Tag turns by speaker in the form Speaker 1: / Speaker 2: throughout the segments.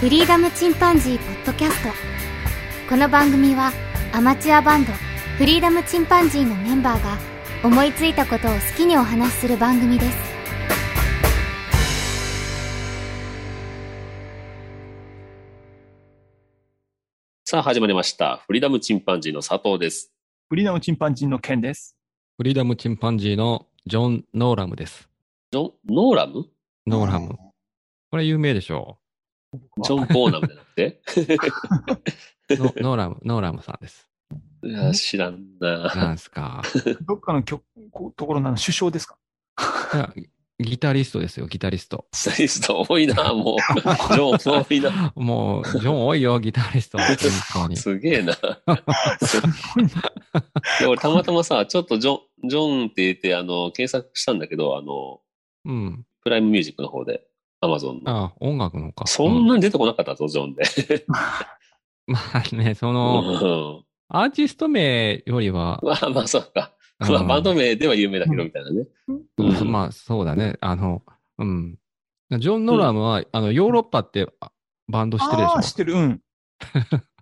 Speaker 1: フリーダムチンパンジーポッドキャストこの番組はアマチュアバンドフリーダムチンパンジーのメンバーが思いついたことを好きにお話しする番組です
Speaker 2: さあ始まりました。フリーダムチンパンジーの佐藤です。
Speaker 3: フリーダムチンパンジーの件です。
Speaker 4: フリーダムチンパンジーのジョン・ノーラムです。
Speaker 2: ジョン、ノーラム
Speaker 4: ノーラム。これ有名でし ょ
Speaker 2: ジョン・ボーナムじゃなく て
Speaker 4: う。ノノーラム、ノーラムさんです。
Speaker 2: いや知らんな。
Speaker 4: なんすか。
Speaker 3: どっかの曲こところなの首相で すか
Speaker 4: いやギタリストですよ、ギタリスト。
Speaker 2: スタイリスト多いな、も う。ジョン多いな。
Speaker 4: もう、ジョン多いよ、ギタリスト。本 当に。
Speaker 2: すげえな。で俺たまたまさ、ちょっとジョン、ジョンって言って、あの、検索したんだけど、あの、
Speaker 4: うん。
Speaker 2: プライムミュージックの方で、アマゾンの。
Speaker 4: あ音楽のか。
Speaker 2: そんな
Speaker 4: う
Speaker 2: に出てこなかったぞ、ジョンで。
Speaker 4: まあね、その、
Speaker 2: うん
Speaker 4: アーティスト名よりは、
Speaker 2: まあまあ、そうか。まあ、
Speaker 4: うん
Speaker 2: バンド名では有名だけど、みたいなね。うん
Speaker 4: まあ、そうだね。あの、うん。ジョン・ノーラムは、あの、ヨーロッパってあバンドしてるで
Speaker 3: ああー、知
Speaker 4: し
Speaker 3: って る。うん。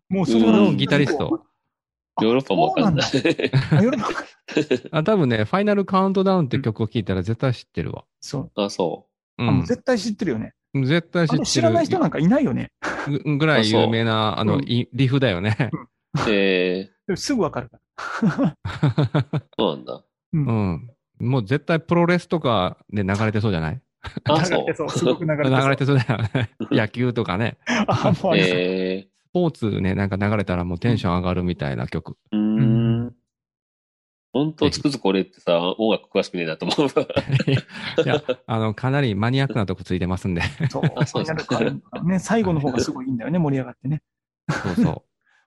Speaker 3: もう
Speaker 4: ょ
Speaker 3: そ
Speaker 4: そ
Speaker 3: れは
Speaker 4: れのギタリスト。。
Speaker 2: ヨーロッパもわかんない。
Speaker 3: あヨーロッパ
Speaker 4: あ、多分ね、ファイナルカウントダウンって曲を聴いたら絶対知ってるわ。
Speaker 3: そ う。
Speaker 2: あ、そう。
Speaker 4: う
Speaker 3: あも
Speaker 4: ん
Speaker 3: う。絶対知ってるよね。
Speaker 4: 絶対知
Speaker 3: あれ
Speaker 4: ってる。
Speaker 3: 知らない人なんかいないよね。
Speaker 4: ぐぐらい有名な、あ
Speaker 3: そう
Speaker 4: の、
Speaker 3: うん
Speaker 4: いリフだよね。
Speaker 2: え
Speaker 3: でもすぐわかるから。
Speaker 2: ー、そうなんだ。
Speaker 3: うん
Speaker 4: うん。もう絶対プロレスとかで流れてそうじゃない
Speaker 2: あ、
Speaker 3: 流
Speaker 2: そ
Speaker 3: れてそう。
Speaker 2: う。
Speaker 3: すごく流れて
Speaker 4: 流
Speaker 3: そう。
Speaker 4: れてそうだよ ね。野球とかね。
Speaker 3: あもうあれそう
Speaker 2: え
Speaker 4: スポーツね、なんか流れたらもうテンション上がるみたいな 曲。
Speaker 2: ー、うーん。本当つくづく俺ってさ、音楽詳しくねえなと思う。
Speaker 4: いや、あの、かなりマニアックなとこついてますんで。
Speaker 3: そう
Speaker 2: あそう
Speaker 3: なるからね。最後の方がすごいいいんだよね、盛り上がってね。
Speaker 4: そうそ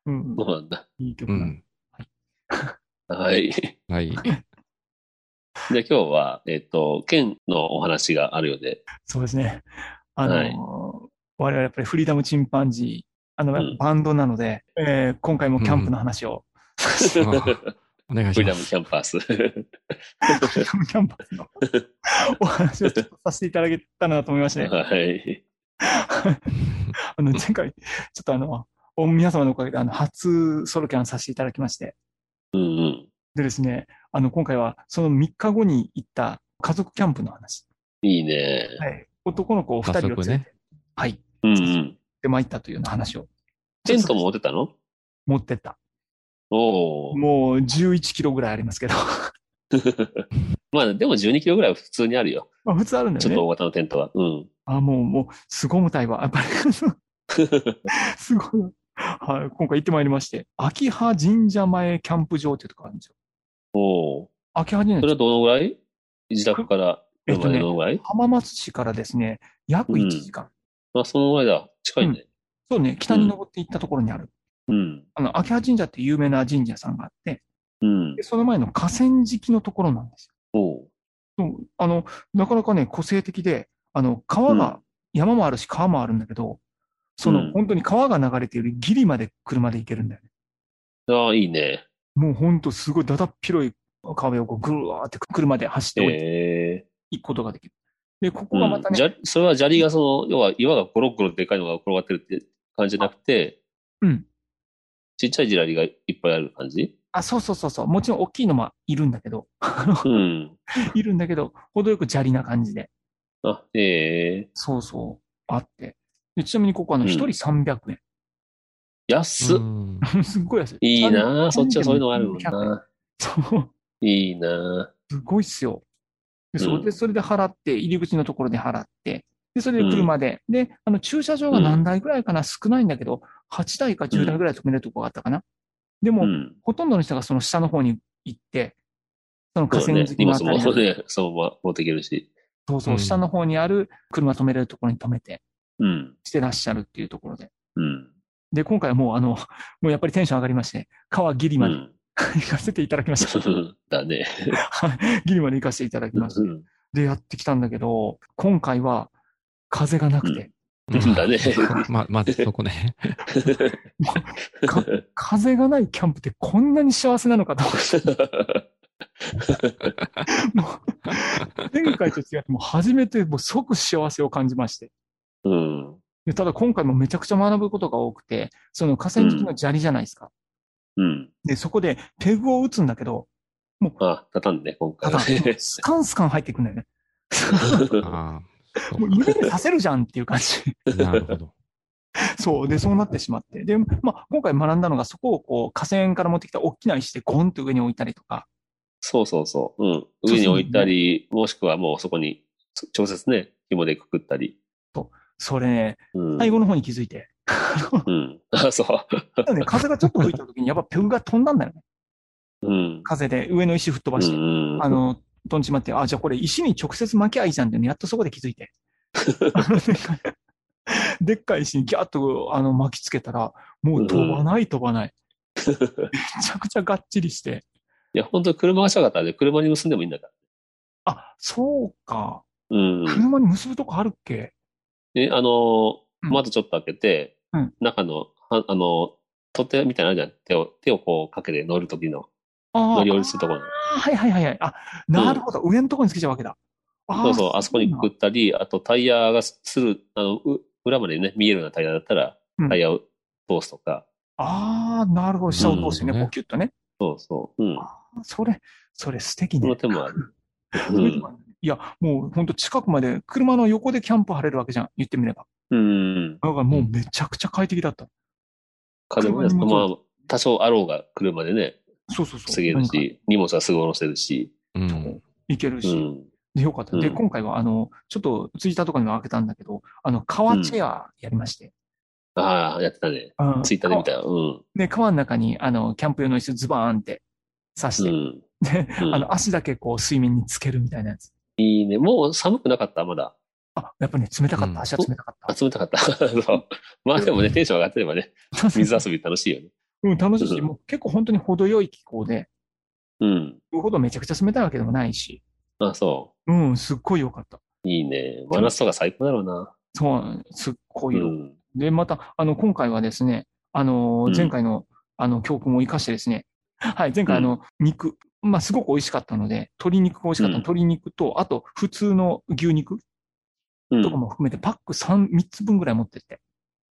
Speaker 3: うん
Speaker 2: そ。うなんだ。
Speaker 3: いい曲
Speaker 4: う。う
Speaker 3: だ。
Speaker 4: ん。
Speaker 2: はい。じゃ
Speaker 4: はい。
Speaker 2: あ今日は、えっ、と、県のお話があるようで。
Speaker 3: そうですね。あの、
Speaker 2: はい
Speaker 3: 我々やっぱりフリーダムチンパンジー、あの、
Speaker 2: うん
Speaker 3: バンドなので、えー今回もキャンプの話を、
Speaker 2: フ
Speaker 4: あお願いし
Speaker 2: リー
Speaker 4: ま
Speaker 2: ダム
Speaker 4: す。
Speaker 2: キャンパス。
Speaker 3: フリーダムキャンパ スのお話をちょっとさせていただけたらなと思いまして、
Speaker 2: はい。
Speaker 3: あの、前回、ちょっとあの、お皆様のおかげで、あの、初ソロキャンさせていただきまして、
Speaker 2: うんうん。
Speaker 3: でですね、あの、今回はその3日後に行った家族キャンプの話、
Speaker 2: いいね。
Speaker 3: はい、男の子を2人を連れ
Speaker 4: 早
Speaker 3: て、
Speaker 4: 速ね
Speaker 3: はい、
Speaker 2: うんうん。
Speaker 3: で参ったというような話を
Speaker 2: テントも持ってたの
Speaker 3: 持ってった。
Speaker 2: おお。
Speaker 3: もう11キロぐらいありますけど、
Speaker 2: まあ、でも12キロぐらいは普通にあるよ。
Speaker 3: まあ普通あるんだ
Speaker 2: ちょ
Speaker 3: よ
Speaker 2: っ
Speaker 3: ね
Speaker 2: と。大型のテントは。うん。
Speaker 3: あ、もう、もう、すごむたいは、やっぱり、 すごい。はい、今回行ってまいりまして、秋葉神社前キャンプ場っていうとこあるんですよ。
Speaker 2: おお。
Speaker 3: 秋葉神
Speaker 2: それ
Speaker 3: 社、
Speaker 2: はどのぐらい自宅から
Speaker 3: えっ
Speaker 2: 車
Speaker 3: と
Speaker 2: で
Speaker 3: ね
Speaker 2: ど、のぐらい、
Speaker 3: 浜松市からですね、約1時間。
Speaker 2: あ、そのぐらいだ。近いね。
Speaker 3: そうね、北に登っていったところにある。
Speaker 2: うん。
Speaker 3: あの、秋葉神社って有名な神社さんがあって、
Speaker 2: うん
Speaker 3: で。その前の河川敷のところなんです
Speaker 2: おう。
Speaker 3: よ。そうあの、なかなかね、個性的で、あの、川が、山もあるし川もあるんだけど、その、
Speaker 2: うん
Speaker 3: 本当に川が流れているギリまで車で行けるんだよね
Speaker 2: ああ、いいね。
Speaker 3: もうほんとすごいだだっ広い壁をこうぐるわーって車で走って降りて
Speaker 2: ええ
Speaker 3: いくことができる。で、ここがま
Speaker 2: ー
Speaker 3: た
Speaker 2: うん。
Speaker 3: ね、
Speaker 2: 砂利それは砂利がその、要は岩がゴロゴロでかいのが転がってるって感じじゃなくて、
Speaker 3: うん。
Speaker 2: ちっちゃい砂利がいっぱいある感じ
Speaker 3: あ、そうそうそうそう、もちろん大きいのもいるんだけど、
Speaker 2: うん。
Speaker 3: いるんだけど、程よく砂利な感じで、
Speaker 2: あ、ええ
Speaker 3: そうそう、あって。でちなみにここあの、
Speaker 2: うん
Speaker 3: 一人300円。
Speaker 2: 安っ、
Speaker 4: うん。
Speaker 3: すっごい安い。
Speaker 2: いいなあそっちはそういうのがあるもん
Speaker 3: 300円。
Speaker 2: な。
Speaker 3: そう、
Speaker 2: いいなあ
Speaker 3: すごいっすよ。で、
Speaker 2: うん
Speaker 3: それで、それで払って、入り口のところで払って、で、それで車で、で、あの、駐車場が何台ぐらいかな、少ないんだけど、8台か10台ぐらい止めるとこがあったかな。でも
Speaker 2: う、ん。
Speaker 3: ほとんどの人がその下の方に行って、その河
Speaker 2: そう
Speaker 3: 川
Speaker 2: ね。
Speaker 3: 敷
Speaker 2: 荷
Speaker 3: のあ
Speaker 2: 物
Speaker 3: たり
Speaker 2: も
Speaker 3: の、
Speaker 2: ね、そのまま持っていけるし。
Speaker 3: そうそうう、
Speaker 4: ん
Speaker 3: 下の方にある車止めれるところに止めて、
Speaker 2: うん。
Speaker 3: してらっしゃるっていうところで。
Speaker 2: うん。
Speaker 3: で、今回はもうあの、も うやっぱりテンション上がりまして、川ギリ
Speaker 2: う
Speaker 3: まで
Speaker 2: ん。
Speaker 3: 行かせていただきま した。
Speaker 2: だね。
Speaker 3: はいギリまで行かせていただき
Speaker 2: う
Speaker 3: ました。
Speaker 2: ん。
Speaker 3: で、やってきたんだけど、今回は風がなくて、
Speaker 2: だね。
Speaker 4: ま、まずそこね。
Speaker 3: か風がないキャンプってこんなに幸せなのかと思って。もう前回と違って、もう初めてもう即幸せを感じまして。
Speaker 2: うん。
Speaker 3: でただ今回もめちゃくちゃ学ぶことが多くて、その河川敷の砂利じゃないですか。
Speaker 2: うん。
Speaker 3: で、そこでペグを打つんだけど、
Speaker 2: あ、畳んで、今
Speaker 3: た
Speaker 2: 回
Speaker 3: だ、
Speaker 2: は。
Speaker 3: スカンスカン入ってくんだよね。
Speaker 4: ああ、そ
Speaker 3: もう
Speaker 4: う
Speaker 3: 腕でさせるじゃんっていう感 じ。
Speaker 4: かなるほど。
Speaker 3: そう。で、そうなってしまって。で、まあ、今回学んだのが、そこをこう、河川から持ってきた大きな石でゴンと上に置いたりとか、
Speaker 2: そうそうそう。うん。上に置いたり、もしくはもうそこに直接ね、紐でくくったり。
Speaker 3: それね、
Speaker 2: うん。
Speaker 3: 最後の方に気づいて。
Speaker 2: うん。 あ、そう。
Speaker 3: ただね、風がちょっと吹いた時に、やっぱペグが飛んだんだよね。
Speaker 2: うん。
Speaker 3: 風で上の石吹っ飛ばして。
Speaker 2: うんうん
Speaker 3: あの、飛んじまって、あ、じゃあこれ石に直接巻きゃいいじゃんってね、やっとそこで気づ いて。でっかい石にギャーッとあの巻きつけたら、もう飛ばない飛ばない。めちゃくちゃがっちりして。
Speaker 2: いや、本当に車がしたかったらね、車に結んでもいいんだから。
Speaker 3: あ、そうか。
Speaker 2: うん。
Speaker 3: 車に結ぶとこあるっけ
Speaker 2: で、あの、
Speaker 3: うん
Speaker 2: 窓ちょっと開けて、
Speaker 3: うん
Speaker 2: 中の、はあの、取っ手みたいなのあるじゃん。手を、手をこうかけて乗るときの、
Speaker 3: ああ
Speaker 2: 乗り降りするところ
Speaker 3: あーはいはいはいはい。あ、なるほど。上のところにつけちゃうわけだ。あー
Speaker 2: そうそう、あそこにくく
Speaker 3: う
Speaker 2: ったり、あとタイヤがすする、あの、う裏までね、見えるようなタイヤだったら
Speaker 3: うん、
Speaker 2: タイヤを通すとか、
Speaker 3: ああ、なるほど。下を通してね、
Speaker 4: うん
Speaker 3: こうキュッとね。
Speaker 2: そうそう、うん。
Speaker 3: あーそれ、それ素敵
Speaker 2: そ
Speaker 3: ね
Speaker 2: の。手もあ る。
Speaker 3: そういうとこあるいや、もう本当近くまで、車の横でキャンプ張れるわけじゃん。言ってみれば。
Speaker 2: うん。うん。
Speaker 3: だからもうめちゃくちゃ快適だった。
Speaker 2: 風もね、
Speaker 3: 車にも
Speaker 2: まあ、多少あろうが車でね、
Speaker 3: そうそうそう。
Speaker 2: 防げる
Speaker 3: なんか
Speaker 2: し、荷物はすぐ下ろせるし、
Speaker 4: うん。
Speaker 3: 行ける
Speaker 2: う
Speaker 3: し。
Speaker 2: ん。
Speaker 3: で、よかった。で、
Speaker 2: うん
Speaker 3: 今回は、あの、ちょっとツイッターとかにも開けたんだけど、あの、川チェアやりまして。
Speaker 2: ああ、やってたね。
Speaker 3: うん
Speaker 2: ツイッターで見たよ。うん。
Speaker 3: で、川の中に、あの、キャンプ用の椅子ズバーンって刺し
Speaker 2: う
Speaker 3: て、
Speaker 2: ん。
Speaker 3: で、
Speaker 2: うん
Speaker 3: あの、足だけこう、水面につけるみたいなやつ。
Speaker 2: いいね。もう寒くなかったまだ。
Speaker 3: あ、やっぱね、冷たかっ
Speaker 4: うん
Speaker 3: た。足は冷たかっ
Speaker 2: あ、冷たかった。そう。まあでもね、テンション上がってればね、
Speaker 3: た。
Speaker 2: 水遊び楽しいよね。
Speaker 3: うん、楽しいし、
Speaker 2: うん
Speaker 3: もう結構本当に程よい気候で、
Speaker 2: うん。
Speaker 3: 言うほどめちゃくちゃ冷たいわけでもないし、
Speaker 2: あ、そ
Speaker 3: うん、すっごい良かった。
Speaker 2: う。いいね。真夏とか最高だろうな。
Speaker 3: そう、すっご
Speaker 2: う
Speaker 3: い良かった
Speaker 2: ん。
Speaker 3: で、また、あの、今回はですね、あ
Speaker 2: う
Speaker 3: のー、
Speaker 2: ん
Speaker 3: 前回の、あの、教訓を生かしてですね、 はい、前回、あの、肉、まあ、すごく美味しかったので、鶏肉が美味しかったの
Speaker 2: うん
Speaker 3: 鶏肉と、あと、普通の牛肉
Speaker 2: うん
Speaker 3: とかも含めて、パック3、三つ分ぐらい持ってって、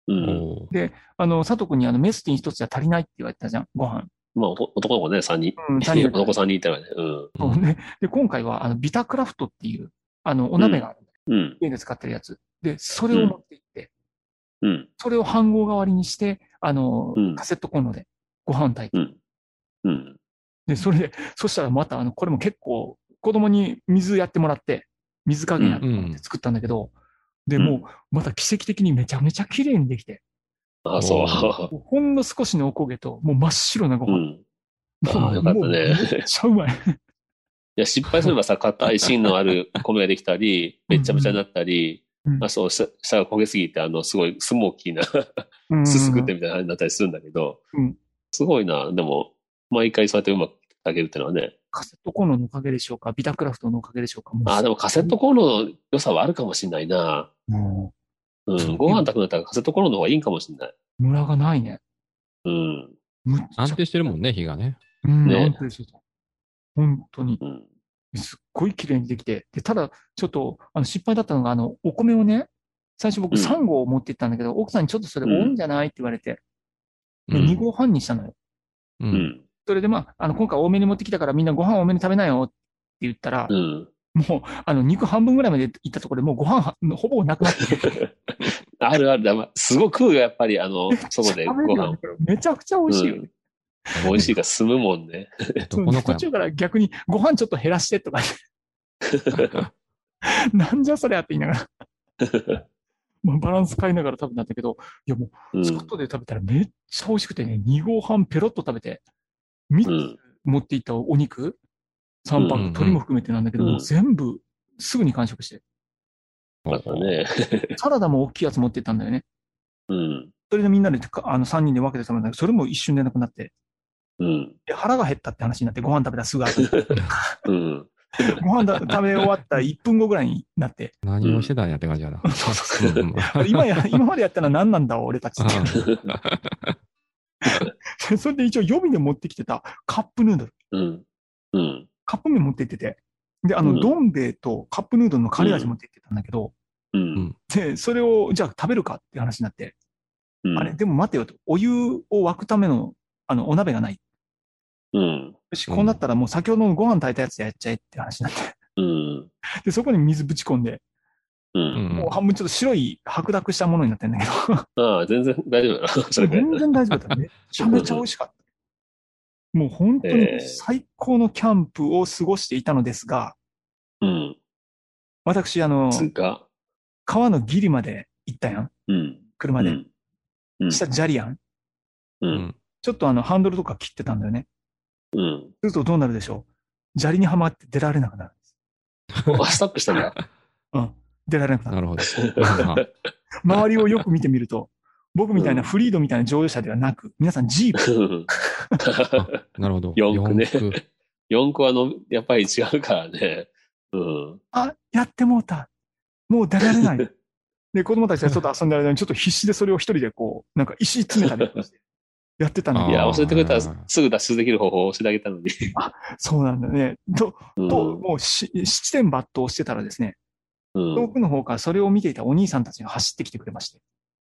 Speaker 2: うん。
Speaker 4: おー
Speaker 3: あの、佐藤君に、あの、メスティン1つじゃ足りないって言われてたじゃん、ご飯。
Speaker 2: まあ、お男の子ね、3人。
Speaker 3: うん、足りない。
Speaker 2: 男3人いた からね。うん。
Speaker 3: そうねで、今回は、あの、ビタクラフトっていう、あの、お鍋がある、
Speaker 2: うん。
Speaker 3: 家で使ってるやつ。で、それを持って行って、
Speaker 2: うん。
Speaker 3: それを飯合代わりにして、あのー、
Speaker 2: うん
Speaker 3: カセットコンロでご飯炊いて
Speaker 2: うん。うん。
Speaker 3: で、それで、そしたらまた、あの、これも結構、子供に水やってもらって、水加減やってもらって作ったんだけど、で、
Speaker 2: うん
Speaker 3: もう、また奇跡的にめちゃめちゃ綺麗にできて、
Speaker 2: あ、そ
Speaker 3: もうほんの少しのおこげと、もう真っ白なご
Speaker 2: う。う
Speaker 3: 飯。
Speaker 2: ん。ああ、よかった
Speaker 3: もう
Speaker 2: ね。
Speaker 3: めっちゃうまい。
Speaker 2: いや、失敗すればさ、硬い芯のある米ができた り、べっちゃべちゃになったり、
Speaker 3: うん
Speaker 2: まあそう、下下が焦げすぎて、あの、すごいスモーキーな、すすくってみたいな感じになったりするんだけど、
Speaker 3: うん
Speaker 2: すごいな、でも、毎回そうやってうまく炊けるってのはね。
Speaker 3: カセットコンロのおかげでしょうか、ビタクラフトのおかげでしょうか。もう
Speaker 2: ああ、でもカセットコンロの良さはあるかもしれないな。
Speaker 3: も
Speaker 2: う、
Speaker 3: そうん
Speaker 2: ご飯炊くんだったらカセットコンロの方がいいんかもしれない。
Speaker 3: う、ムラがないね。
Speaker 2: うん、
Speaker 3: むっちゃ
Speaker 4: 安定してるもんね、火がね。
Speaker 3: うん、
Speaker 2: ね
Speaker 3: 安定してた。本当に。
Speaker 2: うん、
Speaker 3: すっごい綺麗にできて、で、ただ、ちょっと、あの、失敗だったのが、あの、お米をね、最初僕
Speaker 2: うん
Speaker 3: 3合持って行ったんだけど、奥さんにちょっとそれ多いんじゃないって言われて、
Speaker 4: う
Speaker 3: で、2
Speaker 4: ん。
Speaker 3: 合半にしたのよ。
Speaker 4: う。
Speaker 2: うんん、
Speaker 3: それで、まあ、あの、今回多めに持ってきたからみんなご飯多めに食べなよって言ったら
Speaker 2: う、ん。
Speaker 3: もう、あの、肉半分ぐらいまで行ったところでもうご飯はほぼなくなってて、
Speaker 2: あるあるだ、まあ、すごく食うよ、やっぱり、あ の、そこでご飯。
Speaker 3: めちゃくちゃ美味しいよね。
Speaker 2: 美味しいから済むもんね。
Speaker 4: どこの子
Speaker 3: 途
Speaker 4: や
Speaker 3: 中から逆にご飯ちょっと減らしてとか、なんじゃそれやって言いながら。まあバランス変えながら食べたんだけど、いやもう
Speaker 2: うん、
Speaker 3: 外で食べたらめっちゃ美味しくてね、2合半ペロッと食べて、3
Speaker 2: う
Speaker 3: つ
Speaker 2: ん、
Speaker 3: 持っていったお肉、3パッ
Speaker 4: うん
Speaker 3: ク、
Speaker 4: うん
Speaker 3: 鶏も含めてなんだけど、
Speaker 2: うん
Speaker 3: もう全部すぐに完食して、
Speaker 2: またね。
Speaker 3: サラダも大きいやつ持ってったんだよね。
Speaker 2: うん、
Speaker 3: それでみんなでかあの3人で分けて食べたんだけど、それも一瞬でなくなって、
Speaker 2: うん、
Speaker 3: で腹が減ったって話になって、ご飯食べたすぐ後に
Speaker 2: うん。
Speaker 3: ご飯だ食べ終わった1分後ぐらいになって、
Speaker 4: 何をしてたんやって感じやな。
Speaker 3: そうそうそう
Speaker 4: うん
Speaker 3: あれ今や、今までやったのは何なんだ俺たちってそれで一応予備で持ってきてたカップヌードル。
Speaker 2: うん、うん、
Speaker 3: カップ麺持って行ってて、で、あの、
Speaker 2: うん
Speaker 3: どん兵衛とカップヌードルのカレー味持って行ってたんだけど、
Speaker 2: うん。
Speaker 3: で、それを、じゃあ食べるかって話になって、
Speaker 2: うん。
Speaker 3: あれ、でも待てよと。お湯を沸くための、あの、お鍋がない。
Speaker 2: うん。
Speaker 3: よし、
Speaker 4: うん
Speaker 3: こうなったらもう先ほどのご飯炊いたやつやっちゃえって話に なって。
Speaker 2: うん。
Speaker 3: で、そこに水ぶち込んで、
Speaker 2: う。
Speaker 4: うんん
Speaker 3: もう半分ちょっと白い白濁したものになってんだけど、
Speaker 2: ああ、全然大丈夫だな。それ
Speaker 3: 全
Speaker 2: くらいだな。
Speaker 3: 然大丈夫 だった。めちゃめちゃ美味しかった。もう本当
Speaker 2: え
Speaker 3: に
Speaker 2: ー
Speaker 3: 最高のキャンプを過ごしていたのですが、
Speaker 2: うん。
Speaker 3: 私、あの、
Speaker 2: つうか。
Speaker 3: 川のギリまで行ったやん。
Speaker 2: うん。
Speaker 3: 車
Speaker 2: う
Speaker 3: で。
Speaker 2: ん。うん。
Speaker 3: 下砂利やん。
Speaker 2: うん。
Speaker 3: ちょっとあの、ハンドルとか切ってたんだよね。
Speaker 2: うん。
Speaker 3: するとどうなるでしょう砂利にはまって出られなくなる。
Speaker 2: あ、スタックしたんだ。
Speaker 3: うん。出られなくな
Speaker 4: な
Speaker 3: る。
Speaker 4: るほど。
Speaker 3: 周りをよく見てみると、僕みたいなフリードみたいな乗用車ではなく、皆さんジー プ。
Speaker 4: なる ほど。
Speaker 2: 四駆ね
Speaker 4: 四駆
Speaker 2: 4個はの、やっぱり違うからね。うん。
Speaker 3: あ、やってもうた。もう出られない。で、子供たちがちょっと遊んでる間に、ちょっと必死でそれを一人でこう、なんか石詰めたりとかしてやってたんだ
Speaker 4: あー
Speaker 2: い
Speaker 3: け
Speaker 2: や、教えてくれたら
Speaker 4: はいはいはい
Speaker 2: すぐ脱出できる方法を教えてあげたのに。
Speaker 3: ど、そうなんだよね。と、
Speaker 2: うん
Speaker 3: と、もうし七点抜刀してたらですね、
Speaker 2: うん
Speaker 3: 遠くの方からそれを見ていたお兄さんたちが走ってきてくれまして、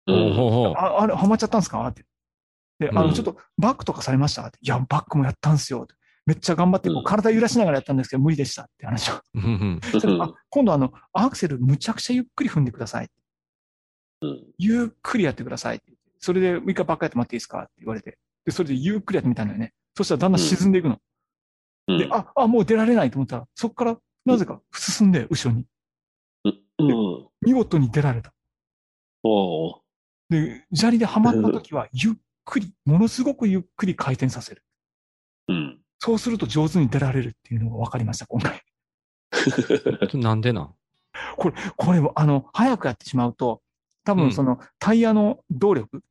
Speaker 4: おう
Speaker 2: うん
Speaker 4: ほうほう
Speaker 3: あ、あれ、ハマっちゃったんですかって。で、あ
Speaker 4: う
Speaker 3: の、
Speaker 4: ん
Speaker 3: ちょっとバックとかされましたって。いや、バックもやったんすよ。ってめっちゃ頑張って、こ
Speaker 2: う
Speaker 3: うん体揺らしながらやったんですけど、無理でしたって話を。
Speaker 4: うんうん
Speaker 3: したらあ今度あの、アクセルむちゃくちゃゆっくり踏んでください。
Speaker 2: うん
Speaker 3: ゆっくりやってくださいって。それで、もう一回バックやってもらっていいですかって言われて。で、それでゆっくりやってみたんだよね。そしたらだんだん沈んでいくの。
Speaker 2: うん
Speaker 3: で、あ、あ、もう出られないと思ったら、そこから、なぜか進んで、後ろに。
Speaker 2: うん。
Speaker 3: 見事に出られた。
Speaker 2: おう
Speaker 3: で、砂利ではまった時は、ゆっくり、ものすごくゆっくり回転させる。
Speaker 2: うん。
Speaker 3: そうすると上手に出られるっていうのが分かりました、今回。
Speaker 4: ちょなんでなん
Speaker 3: これ、これ、あの、早くやってしまうと、多
Speaker 4: う
Speaker 3: 分
Speaker 4: ん
Speaker 3: その、タイヤの動力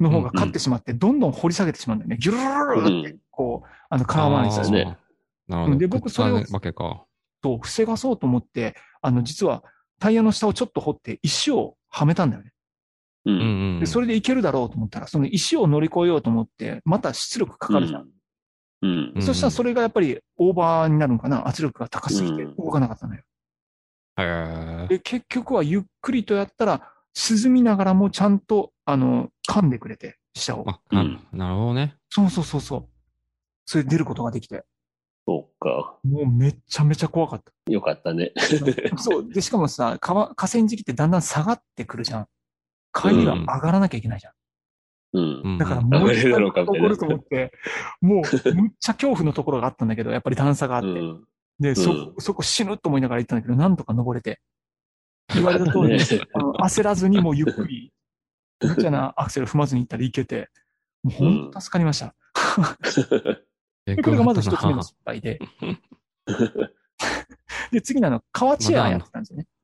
Speaker 3: の方が勝ってしまって、どんどん掘り下げてしまうんだよね。ギュルルルルルって、こう、あの、空回りさ
Speaker 2: あー
Speaker 3: せる
Speaker 2: ね
Speaker 4: なるほど。
Speaker 3: で僕それを
Speaker 4: くっつかないわけか。
Speaker 3: と、防がそうと思って、あの、実は、タイヤの下をちょっと掘って、石をはめたんだよね。
Speaker 2: う。
Speaker 4: うんんうん。
Speaker 3: で、それでいけるだろうと思ったら、その石を乗り越えようと思って、また出力かかるじゃん。
Speaker 2: うん。
Speaker 3: そしたらそれがやっぱりオーバーになるのかな圧力が高すぎて
Speaker 2: うん
Speaker 3: 動かなかったのよ。
Speaker 4: れ。へえ。
Speaker 3: で、結局はゆっくりとやったら、沈みながらもちゃんと、あの、噛んでくれて、下を。
Speaker 4: あ、
Speaker 2: う
Speaker 4: なんなるほどね。
Speaker 3: そうそうそうそう。それで出ることができて、
Speaker 2: そうか。
Speaker 3: もうめっちゃめちゃ怖かっ
Speaker 2: よかったね。
Speaker 3: た。そう。で、しかもさ、川、河川敷ってだんだん下がってくるじゃん。海が上がらなきゃいけないじゃん。
Speaker 2: うん
Speaker 4: う。ん
Speaker 3: だからもう一
Speaker 2: 上
Speaker 3: 回
Speaker 2: がれるのかみたいな
Speaker 3: 登ると思って、もう、むっちゃ恐怖のところがあったんだけど、やっぱり段差があっ
Speaker 2: う
Speaker 3: て。
Speaker 2: ん。
Speaker 3: で、そ、
Speaker 2: う
Speaker 3: そこ死ぬと思いながら行ったんだけど、なんとか登れて。言われた通り、
Speaker 2: ね
Speaker 3: あの焦らずにもうゆっくり、無茶なアクセル踏まずに行ったらいけて、もう本当助かりました。
Speaker 4: え
Speaker 3: でこれがまず一つ目
Speaker 4: ま
Speaker 3: の失 敗で。で、次なの、川チェアやってたんですよね。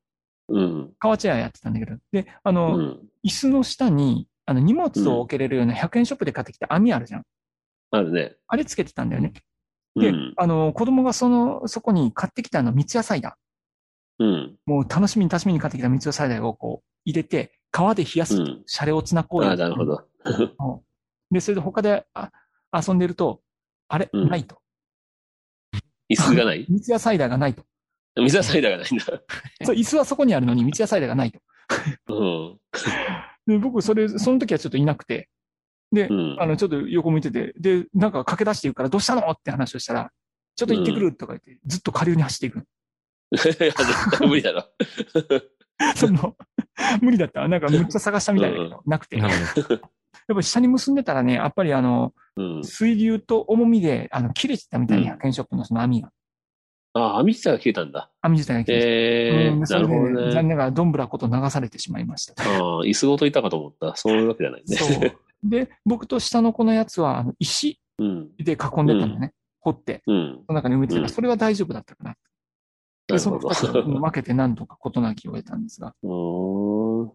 Speaker 2: うん。
Speaker 3: 川チェアやってたんだけど。で、あ
Speaker 2: う
Speaker 3: の、
Speaker 2: ん。
Speaker 3: 椅子の下に、あの、荷物を置けれるような100円ショップで買ってきた網あるじゃん。
Speaker 2: あるね。
Speaker 3: あれつけてたんだよね。
Speaker 2: う
Speaker 3: で
Speaker 2: ん。、
Speaker 3: あの、子供がその、そこに買ってきたあの、三ツ矢サイダー。
Speaker 2: うん。
Speaker 3: もう楽しみに楽しみに買ってきた三ツ矢サイダーをこう、入れて、川で冷やす
Speaker 2: う、ん。
Speaker 3: シャレオツな行為。
Speaker 2: ああ、なるほど。
Speaker 3: で、それで他であ遊んでると、あれ、
Speaker 2: うん
Speaker 3: ないと。
Speaker 2: 椅子がない
Speaker 3: 三ツ矢サイダーがないと。
Speaker 2: 水はサイダーがないんだ。
Speaker 3: そう椅子はそこにあるのに三ツ矢サイダーがないと。
Speaker 2: うん。
Speaker 3: で、僕、それ、その時はちょっといなくて、で、
Speaker 2: うん
Speaker 3: あの、ちょっと横向いてて、で、なんか駆け出していくから、どうしたのって話をしたら、ちょっと行ってくるとか言って、ずっと下流に走 っていくの。
Speaker 2: いや、絶対無理だろ。
Speaker 3: その、無理だった。なんか、むっちゃ探したみたいだけ
Speaker 2: うん
Speaker 3: ど、なくて。
Speaker 4: な
Speaker 3: やっ
Speaker 4: るほど。
Speaker 3: ぱり下に結んでたらね、やっぱりあの、
Speaker 2: うん。
Speaker 3: 水流と重みで、あの、切れてたみたいに、
Speaker 2: うん
Speaker 3: 100円ショップのその網が、
Speaker 2: ああ、網自体が消えたんだ。
Speaker 3: 網自体が切れてた。
Speaker 2: ええ、
Speaker 3: うんそ
Speaker 2: な
Speaker 3: れ
Speaker 2: る
Speaker 3: で
Speaker 2: ほ
Speaker 3: 残
Speaker 2: どね。
Speaker 3: 念ながら、どんぶらこと流されてしまいました。
Speaker 2: ああ、椅子ごといたかと思った。そういうわけじゃないね。
Speaker 3: そう。で、僕と下の子のやつは、あの石
Speaker 2: うん。
Speaker 3: で囲んでたのね。掘って、
Speaker 2: うん。
Speaker 3: その中に埋めてたから、
Speaker 2: うん
Speaker 3: それは大丈夫だったかな。
Speaker 2: な
Speaker 3: で、
Speaker 2: る
Speaker 3: その
Speaker 2: ほ
Speaker 3: 二つに
Speaker 2: ど。
Speaker 3: 負けて何とか事なきを得たんですが。
Speaker 2: うーん。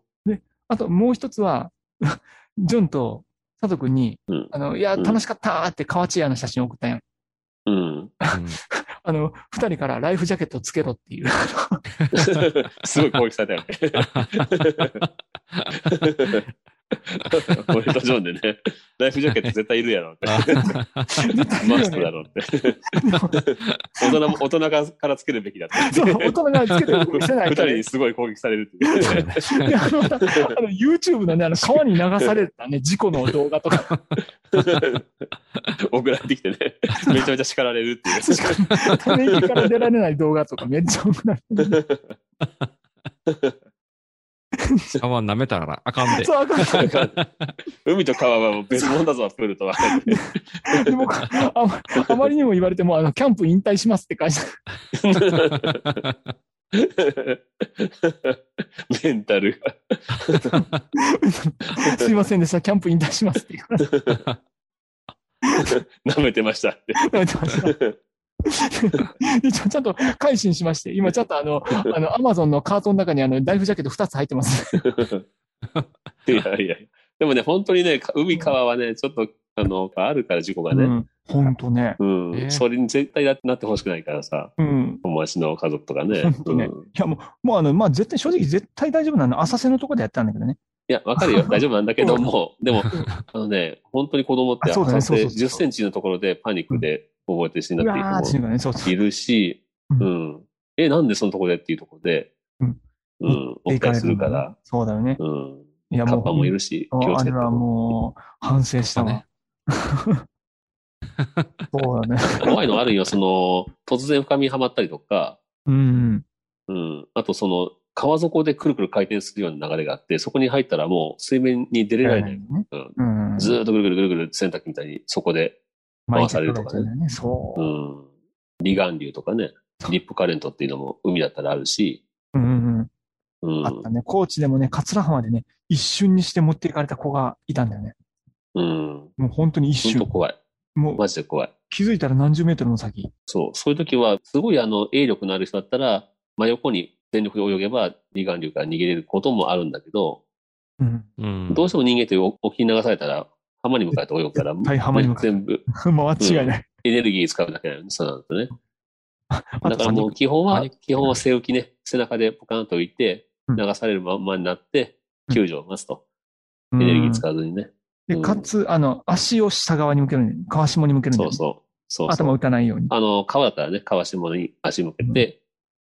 Speaker 3: あともう一つは、 ジョンと佐藤君に、
Speaker 2: うん
Speaker 3: あの、いや、
Speaker 2: うん
Speaker 3: 楽しかったーって河内屋の写真を送ったやん。
Speaker 2: うん。
Speaker 4: うん
Speaker 3: あの、二人からライフジャケットつけろっ ていう。
Speaker 2: すごい攻撃されたよね。ホワイトジョーンでね、ライフジャケット絶対いるやろって。
Speaker 3: 絶対いる
Speaker 2: マ
Speaker 3: よ
Speaker 2: スクだ
Speaker 3: ね。
Speaker 2: ろって。大人 も、大人からつけるべきだって。
Speaker 3: そう、大人がつけてる動きしてな
Speaker 2: 二
Speaker 3: いか
Speaker 2: 人
Speaker 3: らね
Speaker 2: にすごい攻撃されるっていう。
Speaker 3: であのまたあの YouTube のね、あの川に流されたね、事故の動画とか、
Speaker 2: 送られてきてね、めちゃめちゃ叱られるっていう。
Speaker 3: 確かに、ため息から出られない動画とかめっちゃ多くなる。
Speaker 4: 川舐めたらあかんで。
Speaker 3: そう、あかんあかんあか
Speaker 2: 海と川はもう別物だぞ、プールとは。
Speaker 3: んでもあまあまりにも言われても、あの、キャンプ引退しますって会社、
Speaker 2: メンタルが。
Speaker 3: すいませんでした、キャンプ引退しますって言われ
Speaker 2: 舐めてましたって。
Speaker 3: てました。でちょちゃんと改心しまして、今ちょっとあの、あの、アマゾンのカートの中にあの、ライフジャケット2つ入ってます。
Speaker 2: いやいや。でもね、本当にね、海、川はね、ちょっと、あの、あるから事故が
Speaker 3: う
Speaker 2: ね。
Speaker 3: ん、ほんとね。
Speaker 2: うん。
Speaker 4: ね
Speaker 2: それに絶対なってほしくないからさ、
Speaker 3: うん。
Speaker 2: 友達の家族とかね。
Speaker 3: 本当ね
Speaker 2: うん
Speaker 3: いやもう、もうあの、まあ、絶対、正直絶対大丈夫なの。浅瀬のとこでやったんだけどね。
Speaker 2: いや、わかる よ。大丈夫なんだけども、でも、あのね、本当に子供って、
Speaker 3: あそうだね
Speaker 2: 浅瀬
Speaker 3: そうそうそ
Speaker 2: 10セ
Speaker 3: う
Speaker 2: ンチのところでパニックで溺れて死ん
Speaker 3: う
Speaker 2: だっていう
Speaker 3: わーってい
Speaker 2: 人
Speaker 3: うのがね、そうそう
Speaker 2: もいるし、
Speaker 3: うん
Speaker 2: うん。え、なんでそのところでっていうところで、
Speaker 3: う
Speaker 2: うんん、お伝えするから、
Speaker 3: そうだよね。
Speaker 2: うん。
Speaker 3: いや
Speaker 2: カッ
Speaker 3: もう、
Speaker 2: パもいるし、気を
Speaker 3: あ
Speaker 2: つけて。
Speaker 3: れはもう、反省したわ。
Speaker 4: ね
Speaker 3: そうだね。
Speaker 2: 怖いのあるよ、その、突然深みにはまったりとか、
Speaker 3: うん。
Speaker 2: うん。あとその、川底でくるくる回転するような流れがあって、そこに入ったらもう水面に出れないのよ。
Speaker 3: ね
Speaker 2: うん
Speaker 3: うん。
Speaker 2: ずーっとぐるぐるぐるぐる洗濯機みたいにそこで回されるとかね
Speaker 3: マイケルだよね。そうう。
Speaker 2: ん。離岸流とかね、リップカレントっていうのも海だったらあるし、
Speaker 3: うんうんうん。
Speaker 2: う
Speaker 3: あった
Speaker 2: ん。
Speaker 3: ね。高知でもね、桂浜でね、一瞬にして持っていかれた子がいたんだよね。
Speaker 2: うん。
Speaker 3: もう本当に一
Speaker 2: ほんと
Speaker 3: 瞬。
Speaker 2: 怖い。
Speaker 3: もう
Speaker 2: マジで怖い。
Speaker 3: 気づいたら何十メートルも先。
Speaker 2: そう。そういう時は、すごいあの、泳力のある人だったら、真横に全力で泳げば離岸流から逃げれることもあるんだけど、
Speaker 3: うん。
Speaker 4: うん。
Speaker 2: どうしても人間ってお沖に流されたら、浜に向かって泳ぐ から、
Speaker 3: 対浜に向かって
Speaker 2: 全部
Speaker 3: 回違いない。
Speaker 2: エネルギー使うだけなのねそうなんですね。
Speaker 3: あ
Speaker 2: だ
Speaker 3: と
Speaker 2: からもう基本
Speaker 4: パ
Speaker 2: は
Speaker 4: ニッ、ク
Speaker 2: 基本は背浮きね、背中でポカンと浮いて、
Speaker 3: うん
Speaker 2: 流されるまんまになって、
Speaker 3: うん
Speaker 2: 救助を待つと。
Speaker 3: う
Speaker 2: エ
Speaker 3: ん
Speaker 2: ネルギー使わずにね。
Speaker 3: で、かつ、あの、足を下側に向けるんだよね。川下に向けるんだ
Speaker 2: そ
Speaker 3: よ
Speaker 2: う
Speaker 3: ね
Speaker 2: そう。そうそう
Speaker 3: 頭打たないように。
Speaker 2: あの、川だったらね、川下に足向けて、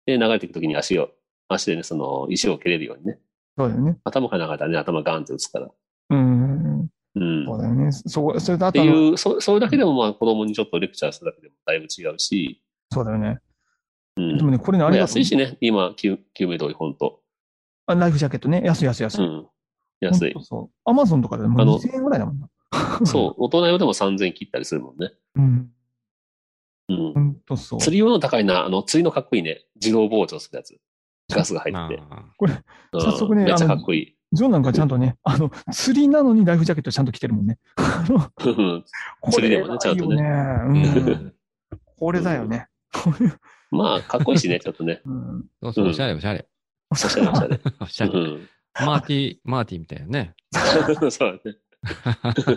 Speaker 2: で、流れていくときに足を、足でね、その、石を蹴れるようにね。
Speaker 3: そうだよね。
Speaker 2: 頭から流れたらね、頭ガーンって打つから。
Speaker 3: うんうんうん。
Speaker 2: うん。
Speaker 3: そう
Speaker 2: っ
Speaker 3: だよね。そ、それとあ
Speaker 2: て
Speaker 3: とあの
Speaker 2: いう、そそれだけでもまあ子供にちょっとレクチャーするだけでもだいぶ違うし、
Speaker 3: そうだよね。
Speaker 2: う
Speaker 3: でも
Speaker 2: ん。
Speaker 3: ね、これね、あ
Speaker 2: まあ
Speaker 3: れ
Speaker 2: 安いしね、今、救救命胴衣、ほんと。
Speaker 3: あライフジャケットね。安い安い安い。
Speaker 2: うん。安い
Speaker 3: ほんと。そう。アマゾンとかでも
Speaker 2: あ
Speaker 3: う
Speaker 2: の
Speaker 3: 2000円ぐらいだもんな。
Speaker 2: そう、大人用でも3000切ったりするもんね。
Speaker 3: うん。
Speaker 2: うん
Speaker 3: ほ。んとそう。
Speaker 2: 釣り用の高いな、あの、釣りのかっこいいね。自動膨張するやつ。ガスが入ってて。
Speaker 4: あ
Speaker 2: うん
Speaker 3: 早速ね
Speaker 2: めっちゃ
Speaker 3: あ
Speaker 2: か
Speaker 3: の
Speaker 2: っこいい。
Speaker 3: ジョンなんかちゃんとね、あの、釣りなのにライフジャケットちゃんと着てるもんね。あの
Speaker 2: うん
Speaker 3: これ
Speaker 2: 釣りでもねちゃんとね
Speaker 3: 偉
Speaker 4: ーう
Speaker 3: いよ ね。うん。
Speaker 4: ん。
Speaker 3: これだよね。
Speaker 2: まあ、かっこいいしね、ちょっと ね。
Speaker 3: うん。
Speaker 4: そうそう、おしゃれ、おしゃれ。
Speaker 3: お
Speaker 2: おしゃれおしゃれ。
Speaker 4: おしゃ
Speaker 2: う
Speaker 4: れ。
Speaker 2: ん。
Speaker 4: マーティー、マーティーみたいなね。
Speaker 2: そうだ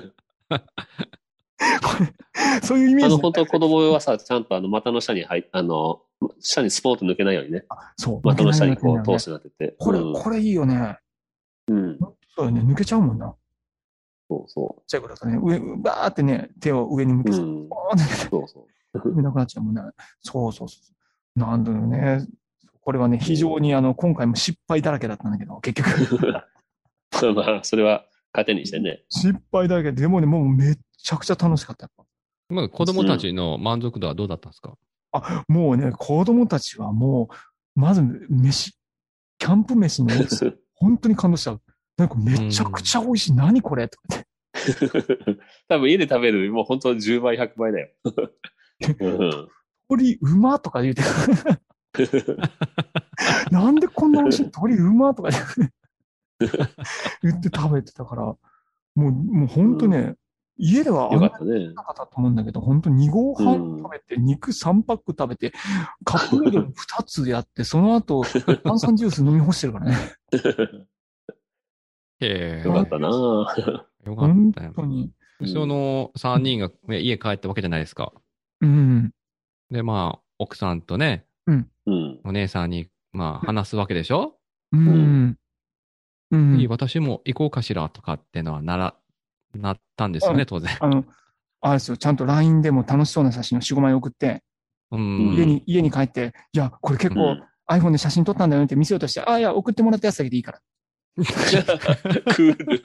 Speaker 2: ね。
Speaker 3: そういうイメ
Speaker 2: あ
Speaker 3: ー
Speaker 2: の、
Speaker 3: ジ。
Speaker 2: 本当子供はさ、ちゃんとあの、股の下に入っ、あの、下にスポーッと抜けないようにね。
Speaker 3: そう。
Speaker 2: 股の下にこう通
Speaker 3: ね
Speaker 2: してなってて。
Speaker 3: これ、
Speaker 2: うん
Speaker 3: これいいよね。
Speaker 2: うん。
Speaker 3: そうだよね。抜けちゃうもんな。
Speaker 2: そうそ
Speaker 3: ちっちゃい子だとね、上、バーってね、手を上に向
Speaker 2: う。
Speaker 3: け
Speaker 2: う
Speaker 3: て、
Speaker 2: ん。
Speaker 3: ポーンって
Speaker 2: そうそ
Speaker 3: 見なくなっちゃうもんね。そうそうそう。なんだよね。これはね、非常にあの、今回も失敗だらけだったんだけど、結局。
Speaker 2: う。まあ、それは糧にしてね。
Speaker 3: 失敗だらけで、でもね、もうめっちゃくちゃ楽しかった。やっ
Speaker 4: まあ子供たちの満足度はどうだったんですか
Speaker 3: ぱもうね、子供たちはもう、まず飯、キャンプ飯の、 本当に感動した。なんかめちゃくちゃ美味しい。何これとか言って。
Speaker 2: 多分家で食べるよりもう本当10倍、100倍だよ。うん
Speaker 3: 鳥うまとか言うて。なんでこんな美味しい鳥うまとか言って言って食べてたから、もう、もう本当ね、家ではあ
Speaker 2: よ
Speaker 3: ん
Speaker 2: か
Speaker 3: ま
Speaker 2: っ
Speaker 3: り
Speaker 2: たね。
Speaker 3: なかったと思うんだけど、本当2合
Speaker 2: う
Speaker 3: 半
Speaker 2: ん
Speaker 3: 食べて、肉3パック食べて、カップヌードル2つやって、そ の後、炭酸ジュース飲み干してるからね。
Speaker 4: へえ。
Speaker 2: よか
Speaker 4: よ
Speaker 2: ったな
Speaker 4: か
Speaker 3: 本
Speaker 4: ったよ。
Speaker 3: 当に。
Speaker 4: その3人がね家帰ったわけじゃないですか。
Speaker 3: うん。
Speaker 4: で、まあ、奥さんとね、
Speaker 2: うん。
Speaker 4: お姉さんに、まあ、話すわけでしょ
Speaker 3: うん。うん
Speaker 4: 次私も行こうかしらとかってのはなら、なったんですよ
Speaker 3: う
Speaker 4: ね、当然。
Speaker 3: あの、あれですよ、ちゃんと LINE でも楽しそうな写真を4、5枚送って、
Speaker 4: うん。
Speaker 3: 家に、家に帰って、いや、これ結構 iPhone で写真撮ったんだよねって見せようとして、あ、いや、送ってもらったやつだけでいいから。
Speaker 2: クール。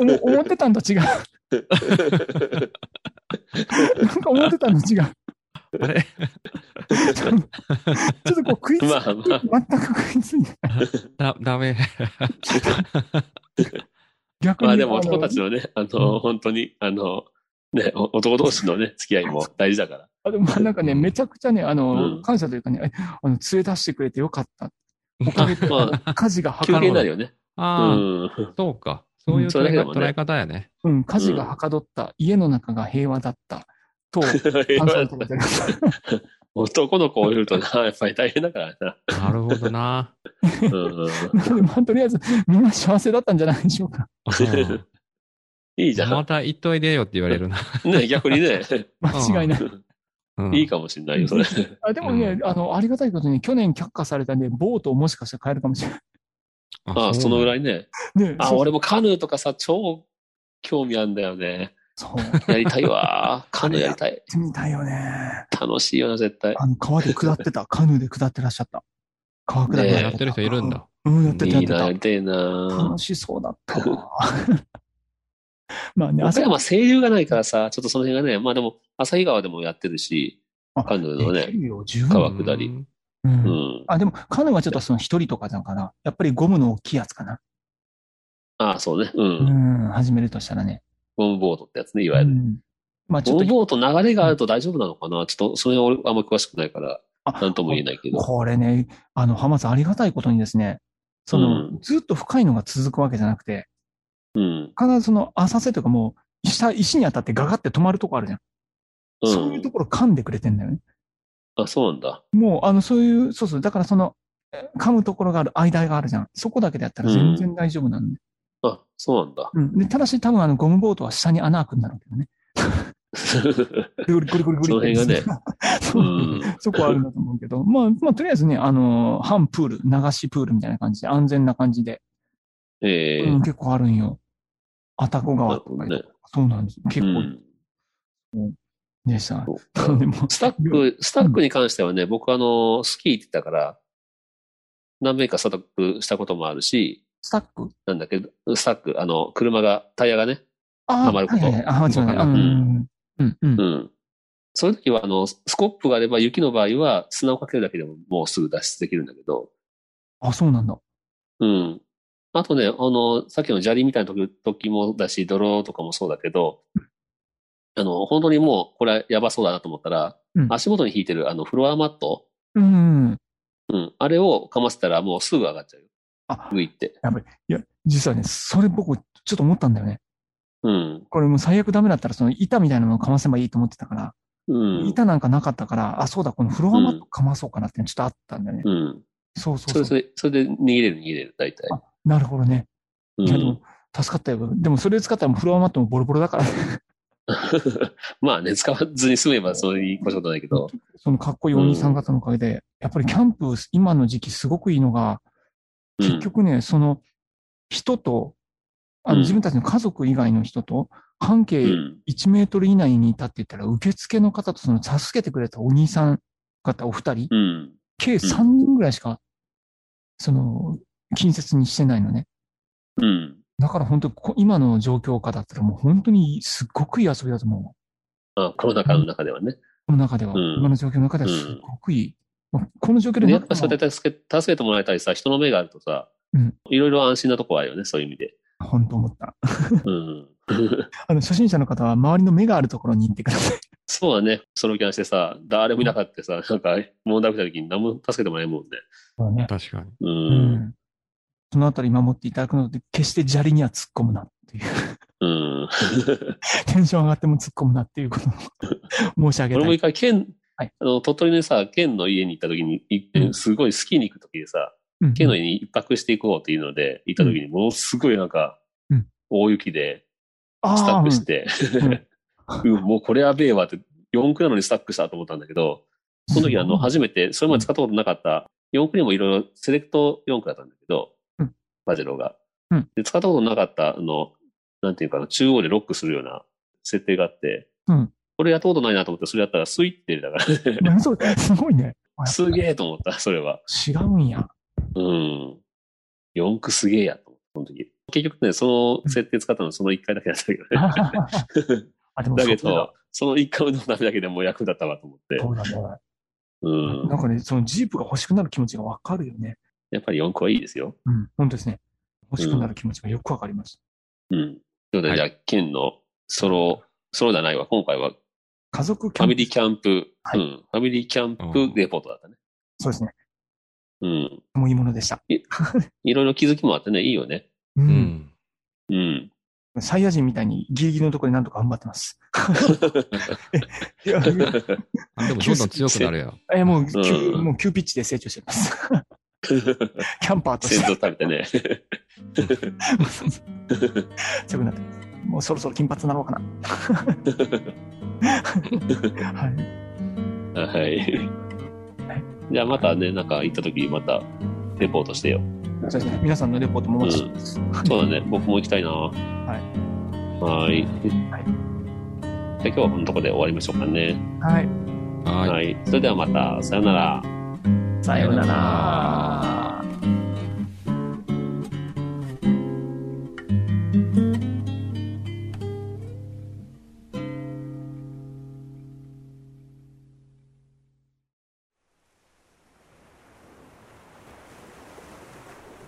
Speaker 3: おも思ってたんと 違う。なんか思ってたんと違う。
Speaker 4: あれ
Speaker 3: ちょっとちょっとこう食いつ、
Speaker 2: まあまあ。
Speaker 3: 全く食いついてない。
Speaker 4: だ、ダメ。
Speaker 3: 逆に。
Speaker 2: まあでも
Speaker 3: あの
Speaker 2: 男たちのね、あの、本当に、あの、ね、お男同士のね、付き合いも大事だから。
Speaker 3: あでもなんかね、めちゃくちゃね、あの、
Speaker 2: うん
Speaker 3: 感謝というかね、えあの、連れ出してくれてよ かった。おかげで、
Speaker 2: ま
Speaker 3: 家事がは
Speaker 2: あ、休
Speaker 3: か
Speaker 2: 憩
Speaker 3: ど
Speaker 2: にな
Speaker 3: っ
Speaker 2: るよね。う
Speaker 4: ああ、
Speaker 2: ん。
Speaker 4: そうか。そういう
Speaker 2: そ
Speaker 4: 捉
Speaker 2: れだけで
Speaker 4: え方
Speaker 2: もね
Speaker 4: 捉え方やね。
Speaker 3: た。うん、家事がはかどった。家の中が平和だった。 と、感謝を届けてる。
Speaker 2: 男の子をいるとな、やっぱり大変だからな。
Speaker 4: なるほ どな。
Speaker 2: うん。
Speaker 3: なので、まあ、とりあえず、みんな幸せだったんじゃないでしょうか。
Speaker 4: うん
Speaker 2: いいじゃ
Speaker 4: ま
Speaker 2: ん。
Speaker 4: た行っといでよって言われるな。
Speaker 2: ね、逆にね、
Speaker 3: 間違いない。
Speaker 4: うん
Speaker 2: いいかもしんないよ、それ。
Speaker 3: あでもね、
Speaker 4: うん
Speaker 3: あの、ありがたいことに、去年却下されたんで、ボートをもしかしたら買えるかもしれない。
Speaker 2: ああ、そのぐら
Speaker 4: い。
Speaker 2: いね。
Speaker 3: ね、
Speaker 2: あ、
Speaker 3: そう
Speaker 2: 俺もカヌーとかさ、超興味あんだよね。
Speaker 3: そう。やっ
Speaker 2: やりたいわ。カヌーやりたい。
Speaker 3: てみたいよね。
Speaker 2: 楽しいよな、絶対。
Speaker 3: あの、川で下ってた。カヌーで下ってらっしゃった。川下
Speaker 4: あ
Speaker 3: り
Speaker 2: ねえ
Speaker 4: やってる人いるん。だ。
Speaker 3: うん、やってた、や
Speaker 2: い
Speaker 3: っ
Speaker 2: い
Speaker 3: て
Speaker 2: な、
Speaker 3: た
Speaker 2: や。りたいな
Speaker 3: 楽。しそうだったわ。 まあね、
Speaker 2: 岡
Speaker 3: 朝
Speaker 2: 山、清流がないからさ、ちょっとその辺がね、まあでも、旭川でもやってるし、
Speaker 3: あ
Speaker 2: カヌーの
Speaker 3: で
Speaker 2: ね、
Speaker 3: きるよ、十
Speaker 2: 川
Speaker 3: 分。
Speaker 2: 下り
Speaker 4: うん
Speaker 3: う。
Speaker 2: うんん。
Speaker 3: あ、でも、カヌーはちょっとその一人とかだから、やっぱりゴムの大きいやつかな。
Speaker 2: ああ、そうね。う。
Speaker 3: うんん、始めるとしたらね。
Speaker 2: ゴムボートってやつね、いわ
Speaker 3: う
Speaker 2: ゆる。
Speaker 3: ん。まあちょ
Speaker 2: ゴ
Speaker 3: っ
Speaker 2: ム
Speaker 3: と、
Speaker 2: ボート流れがあると大丈夫なのかなちょっと、それは俺あんま詳しくないから、
Speaker 3: あ
Speaker 2: なんとも言えないけど。
Speaker 3: これね、あの、浜さんありがたいことにですね、その、
Speaker 2: う
Speaker 3: ずっと深いのが続くわけじゃなくて、
Speaker 2: うん。
Speaker 3: 必ずその浅瀬というかもう、下、石に当たってガガって止まるとこあるじゃん。
Speaker 2: う
Speaker 3: そういうと
Speaker 2: ん。
Speaker 3: ころ噛んでくれてんだよね。
Speaker 2: あ、そうなんだ。
Speaker 3: もう、あの、そういう、そうそう、だからその、え噛むところがある、間があるじゃん。そこだけでやったら全然大丈夫なんで。
Speaker 2: あ、そうなん だ。
Speaker 3: うん。で、ただし多分あの、ゴムボートは下に穴開くんだろうけどね。ゴリゴリゴリゴリゴリ。
Speaker 2: その辺
Speaker 3: がね。
Speaker 2: う。
Speaker 3: そうんそこはあるんだと思うけど、まあ、まあ、とりあえずね、あの、半プール、流しプールみたいな感じで、安全な感じで
Speaker 2: ええ
Speaker 3: うん、結構あるんよ。アタコ
Speaker 2: な
Speaker 3: 川
Speaker 2: る
Speaker 3: と
Speaker 2: ほど
Speaker 3: か、
Speaker 2: ね。
Speaker 3: そうなんです。結
Speaker 2: う
Speaker 3: 構
Speaker 2: ん
Speaker 3: でした。
Speaker 2: そう
Speaker 3: な のでもう
Speaker 2: スタック、スタックに関してはね、僕あの、スキー行ってたから、何名かスタックしたこともあるし、
Speaker 3: スタック
Speaker 2: なんだっけど、スタック、あの、車が、タイヤがね、
Speaker 3: ああ、
Speaker 2: はまること
Speaker 3: はいはいはいあ間違いない。うんうんうん。う
Speaker 2: うんん。そういう時は、あの、スコップがあれば、雪の場合は、砂をかけるだけでも、もうすぐ脱出できるんだけど、
Speaker 3: あ、そうなんだ。
Speaker 2: うん。あとね、あの、さっきの砂利みたいな時時もだし、泥とかもそうだけど、あの、本当にもう、これはやばそうだなと思ったら、
Speaker 3: うん
Speaker 2: 足元に引いてる、あの、フロアマット、
Speaker 3: うんうん。
Speaker 2: うん。あれをかませたら、もうすぐ上がっちゃうよ。
Speaker 3: あ
Speaker 2: グイって。
Speaker 3: いや、実はね、それ僕、ちょっと思ったんだよね。
Speaker 2: うん。
Speaker 3: これもう最悪ダメだったら、その板みたいなのをかませばいいと思ってたから、
Speaker 2: うん。
Speaker 3: 板なんかなかったから、あ、そうだ、このフロアマットかまそうかなっていうのちょっとあったんだよね。
Speaker 2: うん。
Speaker 3: そうそ
Speaker 2: そうれ、
Speaker 3: そ。
Speaker 2: そうれ、それで逃げれる、逃げれる、大体。
Speaker 3: あなるほどね。
Speaker 2: う
Speaker 3: いや、でも
Speaker 2: ん。
Speaker 3: 助かったよ。でもそれ使ったらもうフロアマットもボロボロだから、
Speaker 2: まあね、使わずに済めば、そういう越したことないけど。
Speaker 3: そのかっこいいお兄さん方のおかげで、やっぱりキャンプ、今の時期すごくいいのが、
Speaker 2: うん
Speaker 3: 結局ね、その人と、あ
Speaker 2: うん
Speaker 3: の自分たちの家族以外の人と、半
Speaker 2: う
Speaker 3: 径
Speaker 2: ん。
Speaker 3: 1メートル以内にいたって言ったら、受付の方とその助けてくれたお兄さん方お二人、
Speaker 2: うん。
Speaker 3: 計3人ぐらいしか、その、近接にしてないのね。
Speaker 2: うん。
Speaker 3: だから本当、こ今の状況下だったらもう本当にすっごくいい遊びだと思う。
Speaker 2: あ、コロナ禍の中ではね。
Speaker 3: この中では、
Speaker 2: うん
Speaker 3: 今の状況の中ではすごくいい。まあこの状況で
Speaker 2: でや
Speaker 3: な
Speaker 2: っ
Speaker 3: くて
Speaker 2: ぱ
Speaker 3: も
Speaker 2: そうやって助け、助けてもらえたりさ、人の目があるとさ
Speaker 3: うん、
Speaker 2: いろいろ安心なとこはあるよね、そういう意味で。
Speaker 3: 本当思った。
Speaker 2: うん。
Speaker 3: あの、初心者の方は周りの目があるところに行ってください。
Speaker 2: そうだね。その気がしてさ、誰もいなかったさ、なんか問題起きた時に何も助けてもらえんもんね。
Speaker 3: そうね。
Speaker 4: 確かに。
Speaker 2: う。
Speaker 3: うんん。そのあたり守っていただくので、決して砂利には突っ込むなっていう、
Speaker 2: うん。
Speaker 3: テンション上がっても突っ込むなっていうこと を申し上げ
Speaker 2: 俺
Speaker 3: た
Speaker 2: も一
Speaker 3: い。
Speaker 2: 回、県、
Speaker 3: はい
Speaker 2: あの、鳥取のさ、県の家に行った時に、行って
Speaker 3: うん
Speaker 2: すごいスキーに行く時でさ、
Speaker 3: うん
Speaker 2: 県の家に一泊していこうっていうので、行った時に、ものすごいなんか
Speaker 3: うん、
Speaker 2: 大雪で、スタ
Speaker 3: あ
Speaker 2: ッ
Speaker 3: あ、
Speaker 2: クして、
Speaker 3: うん
Speaker 2: うんもうこれやべえわって、 4駆なのにスタックしたと思ったんだけど、その時あの、初めて、それまで使ったことなかった、4駆にもいろいろセレクト4駆だったんだけど
Speaker 3: うん、
Speaker 2: パジェロが
Speaker 3: うん。
Speaker 2: で、使ったことなかった、あの、なんていうかな、中央でロックするような設定があって
Speaker 3: うん、
Speaker 2: これやったことないなと思って、それやったらスイッてだからね、
Speaker 3: そうすごいね。
Speaker 2: すげえと思った、それは。
Speaker 3: 違う んや。
Speaker 2: うん。四駆すげえやと思った、その時。結局ね、その設定使ったのその1回だけだったけどね。
Speaker 3: あ、でも
Speaker 2: だ
Speaker 3: そ
Speaker 2: け
Speaker 3: うだ
Speaker 2: ど、その1回のためだけでもう役立ったわと思って。
Speaker 3: そうだね。
Speaker 2: うん
Speaker 3: な。んかね、そのジープが欲しくなる気持ちがわかるよね。
Speaker 2: やっぱり四駆はいいですよ。
Speaker 3: うん、本当ですね。欲しくなる気持ちがよくわかりました。
Speaker 2: うん。ということで、
Speaker 4: はい
Speaker 2: じゃあ、県のソロ、ソロじゃないわ。今回はフ
Speaker 3: 家族キャ
Speaker 2: ァ
Speaker 3: ン
Speaker 2: ミ
Speaker 3: プ
Speaker 2: リーキャンプ、
Speaker 3: はい
Speaker 2: うん。ファミリーキャンプレポートだったね。
Speaker 3: そうですね。
Speaker 2: うん。
Speaker 3: もういいものでした。
Speaker 2: いろいろ気づきもあってね、いいよね。
Speaker 3: う。
Speaker 4: うんん。
Speaker 2: うん。
Speaker 3: サイヤ人みたいにギリギリのところでなんとか頑張ってます。 いや、
Speaker 4: あでもどんどん強く なるよ。
Speaker 3: えもう、急
Speaker 2: うん
Speaker 3: もう急ピッチで成長して ます。キャンパーとし
Speaker 2: 先 祖
Speaker 3: て
Speaker 2: 食べてね。
Speaker 3: 強くなってます。もうそろそろ金髪になろう かな。はい。
Speaker 2: はい。じゃあまたね、なんか行った時またレポートしてよ。
Speaker 3: そうですね。皆さんのレポートもお待ちしてます。
Speaker 2: そうだね、僕も行きたいな。はい。はい。
Speaker 3: はい
Speaker 2: じゃあ今日はこのとこで終わりましょうかね。
Speaker 3: はい。
Speaker 4: はい。
Speaker 2: はい。それではまた、さよなら。
Speaker 3: さようなら。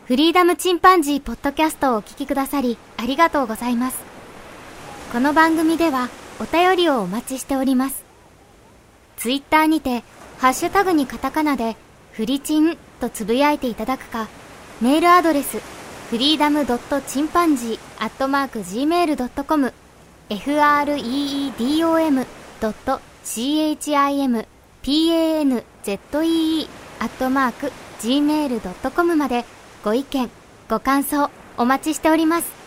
Speaker 1: フリーダムチンパンジーポッドキャストをお聞きくださりありがとうございます。この番組ではお便りをお待ちしております。ツイッターにて、ハッシュタグにカタカナで、フリチンとつぶやいていただくか、メールアドレス、フリーダムドットチンパンジーアットマーク Gmail.com、freedom ドット chimpanzee アットマーク Gmail.com まで、ご意見、ご感想、お待ちしております。